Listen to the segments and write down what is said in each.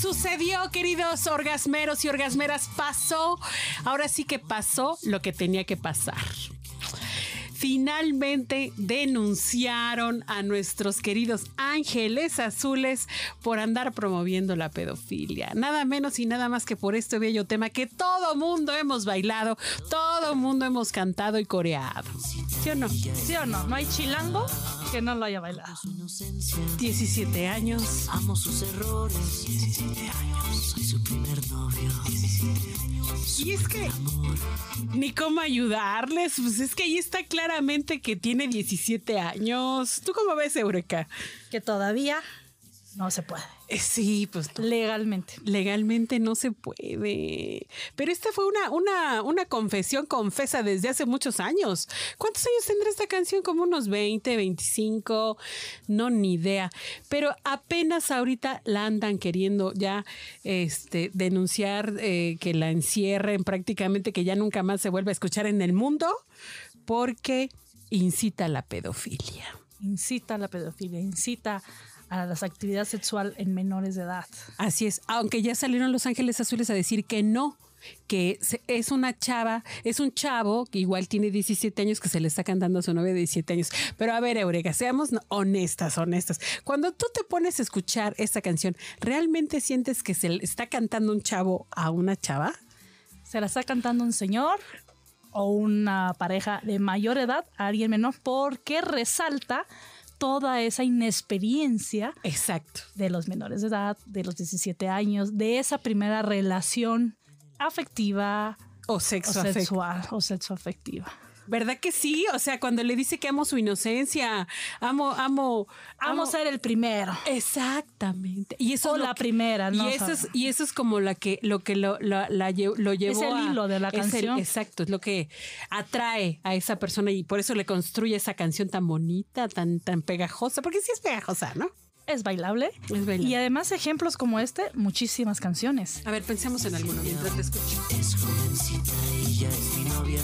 sucedió, queridos orgasmeros y orgasmeras. Pasó. Ahora sí que pasó lo que tenía que pasar. Finalmente denunciaron a nuestros queridos ángeles azules por andar promoviendo la pedofilia. Nada menos y nada más que por este bello tema que todo mundo hemos bailado, todo mundo hemos cantado y coreado. ¿Sí o no? ¿Sí o no? No hay chilango que no lo haya bailado. 17 años. Amo sus errores. 17 años. Soy su primer novio. 17 años. Y es que ni cómo ayudarles. Pues es que ahí está claramente que tiene 17 años. ¿Tú cómo ves, Eureka? Que todavía no se puede. Eh, Sí, pues no. Legalmente. legalmente no se puede. Pero esta fue una, una, una confesión confesa desde hace muchos años. ¿Cuántos años tendrá esta canción? Como unos 20, 25, no ni idea. Pero apenas ahorita la andan queriendo ya este, denunciar eh, que la encierren prácticamente, que ya nunca más se vuelva a escuchar en el mundo, porque incita a la pedofilia. Incita a la pedofilia, incita a la actividad sexual en menores de edad. Así es, aunque ya salieron Los Ángeles Azules a decir que no, que se- es una chava, es un chavo que igual tiene 17 años que se le está cantando a su novia de 17 años. Pero a ver, Eureka, seamos no- honestas, honestas. Cuando tú te pones a escuchar esta canción, ¿realmente sientes que se le está cantando un chavo a una chava? Se la está cantando un señor o una pareja de mayor edad a alguien menor porque resalta toda esa inexperiencia Exacto. de los menores de edad, de los 17 años, de esa primera relación afectiva O o sexo, afectivo. sexual o sexo afectiva. ¿Verdad que sí? O sea, cuando le dice que amo su inocencia, amo, amo, Amo ser el primero. Exactamente. Y eso O es lo la que- primera, ¿no? Y O eso, sea, es, y eso es como la que, lo que lo, la- la lle- lo llevó el a- hilo de la es el- canción. exacto, es lo que atrae a esa persona y por eso le construye esa canción tan bonita, tan, tan pegajosa, porque sí es pegajosa, ¿no? es bailable. Es bailable. Y además ejemplos como este, muchísimas canciones. A ver, pensemos en alguno mientras te escucho. Es jovencita y ya es mi novia.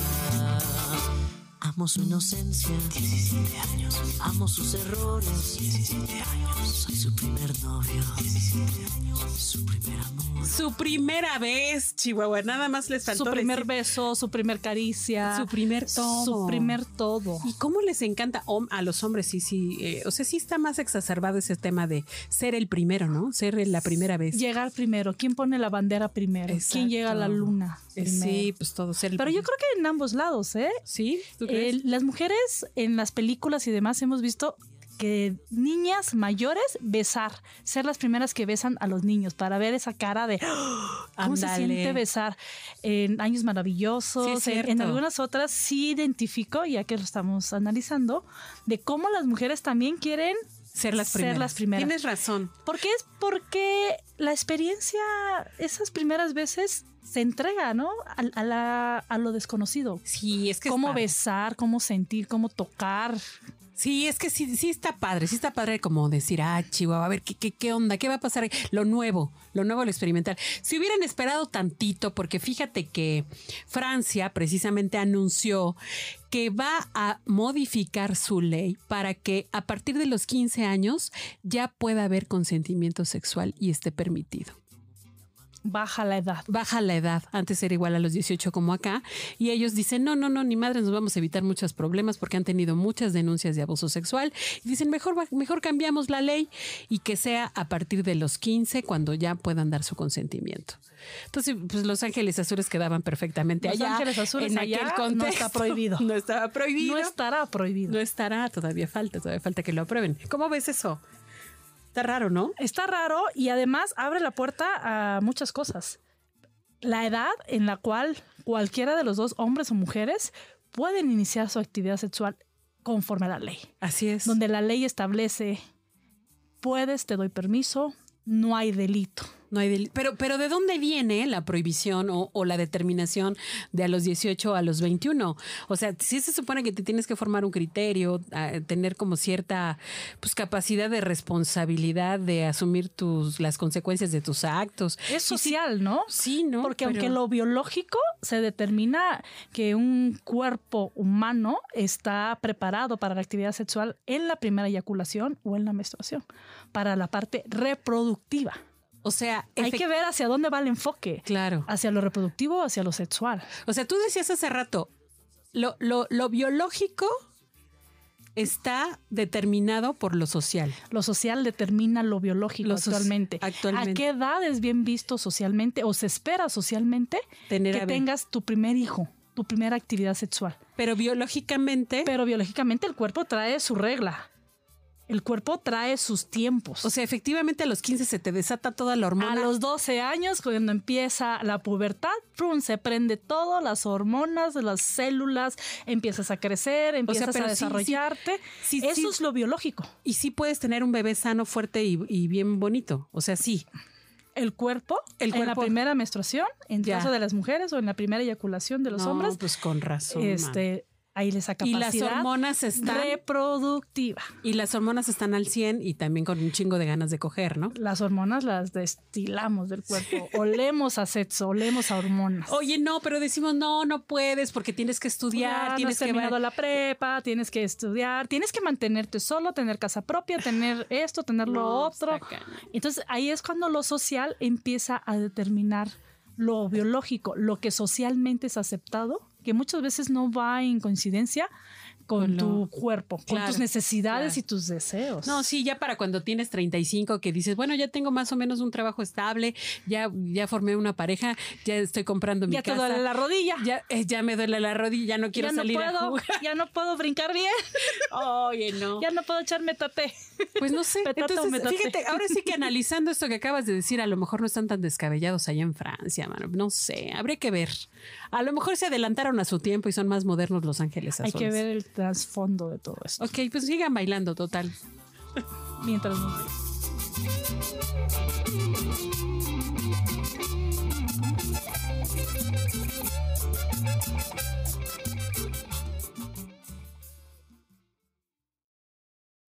Amo su inocencia. 17 años. Amo sus errores. 17 años. Soy su primer novio. 17 años. Su primer amor. Su primera vez, Chihuahua, nada más les faltó Su primer decir- beso, su primer caricia, Su primer todo. Su primer todo. ¿Y cómo les encanta hom- a los hombres? Sí, sí, eh, o sea, sí está más exacerbado ese tema de ser el primero, ¿no? Ser la primera vez. Llegar primero, quién pone la bandera primero, Exacto. quién llega a la luna. Eh, Sí, primero. pues todo ser el Pero yo creo que en ambos lados, ¿eh? Sí, ¿tú crees? El- las mujeres en las películas y demás hemos visto que niñas mayores besar, ser las primeras que besan a los niños para ver esa cara de ¡Ah! cómo Ándale. se siente besar en años Sí, maravillosos, es en- en, cierto. algunas otras sí identifico, ya que lo estamos analizando, de cómo las mujeres también quieren ser las ser primeras. las primeras. Tienes razón. porque es porque la experiencia, esas primeras veces se entrega, ¿no? Al- A, la- a lo desconocido. Sí, es que Cómo ves besar, cómo sentir, cómo tocar. Sí, es que sí, sí está padre, sí está padre como decir, ah, Chihuahua, a ver, ¿qué, qué, qué onda? ¿Qué va a pasar? Lo nuevo, lo nuevo, lo experimental. Si hubieran esperado tantito, porque fíjate que Francia precisamente anunció que va a modificar su ley para que a partir de los 15 años ya pueda haber consentimiento sexual y esté permitido. baja la edad. baja la edad, antes era igual a los 18 como acá, y ellos dicen, no, no, no, ni madre, nos vamos a evitar muchos problemas porque han tenido muchas denuncias de abuso sexual, y dicen, mejor, va- mejor cambiamos la ley y que sea a partir de los 15 cuando ya puedan dar su consentimiento. Entonces, pues Los Ángeles Azules quedaban perfectamente Los allá. Ángeles Azules en allá aquel no contexto. está prohibido. No estaba prohibido. No estará prohibido. No estará, todavía falta, todavía falta que lo aprueben. ¿Cómo ves eso? Está raro, ¿no? Está raro y además abre la puerta a muchas cosas. La edad en la cual cualquiera de los dos, hombres o mujeres, pueden iniciar su actividad sexual conforme a la ley. Así es. Donde la ley establece puedes, te doy permiso, no hay delito. No hay del- Pero, pero ¿de dónde viene la prohibición o, o la determinación de a los 18 a los 21? O sea, sí se supone que te tienes que formar un criterio, a- tener como cierta pues, capacidad de responsabilidad, de asumir tus, las consecuencias de tus actos. Es Y sí- social, ¿no? Sí, ¿no? Porque Pero- aunque lo biológico se determina que un cuerpo humano está preparado para la actividad sexual en la primera eyaculación o en la menstruación, para la parte reproductiva. O sea, Hay efect- que ver hacia dónde va el enfoque, Claro. hacia lo reproductivo o hacia lo sexual. O sea, tú decías hace rato, lo, lo, lo biológico está determinado por lo social. Lo social determina lo biológico Lo soci- actualmente. actualmente. ¿A qué edad es bien visto socialmente o se espera socialmente Tener que a- tengas tu primer hijo, tu primera actividad sexual? Pero biológicamente... Pero biológicamente el cuerpo trae su regla. El cuerpo trae sus tiempos. O sea, efectivamente a los 15 se te desata toda la hormona. a los 12 años, cuando empieza la pubertad, ¡prum! se prende todo, las hormonas, las células, empiezas a crecer, empiezas pero a sí, sí. desarrollarte. Sí, Eso sí. es lo biológico. Y sí puedes tener un bebé sano, fuerte y, y bien bonito. O sea, sí. El cuerpo, El en la cuerpo. primera menstruación, en Ya. caso de las mujeres o en la primera eyaculación de los No, hombres, Pues con razón. man. este, ahí les y las capacidad hormonas están. reproductiva. Y las hormonas están al 100 y también con un chingo de ganas de coger, ¿no? Las hormonas las destilamos del cuerpo. Olemos a sexo, olemos a hormonas. Oye, no, pero decimos, no, no puedes porque tienes que estudiar, Ah, no tienes has que. terminado va- la prepa, tienes que estudiar, tienes que mantenerte solo, tener casa propia, tener esto, tener lo No, otro. está cañón. Entonces ahí es cuando lo social empieza a determinar lo biológico, lo que socialmente es aceptado, que muchas veces no va en coincidencia Con con lo- tu cuerpo, Claro, con tus necesidades claro. y tus deseos. No, sí, ya para cuando tienes 35 que dices, bueno, ya tengo más o menos un trabajo estable, ya, ya formé una pareja, ya estoy comprando mi ya te casa. duele la rodilla. Ya, eh, ya me duele la rodilla, ya no quiero ya no salir a puedo, jugar. ya no puedo brincar bien, Oye, no. ya no puedo echarme tapé. Pues no sé. Petate o Entonces, metate. fíjate, ahora sí que analizando esto que acabas de decir, a lo mejor no están tan descabellados allá en Francia, mano. No sé, habría que ver. A lo mejor se adelantaron a su tiempo y son más modernos Los Ángeles Hay que Azules. ver el trasfondo de todo esto. Ok, pues sigan bailando, total. Mientras nos-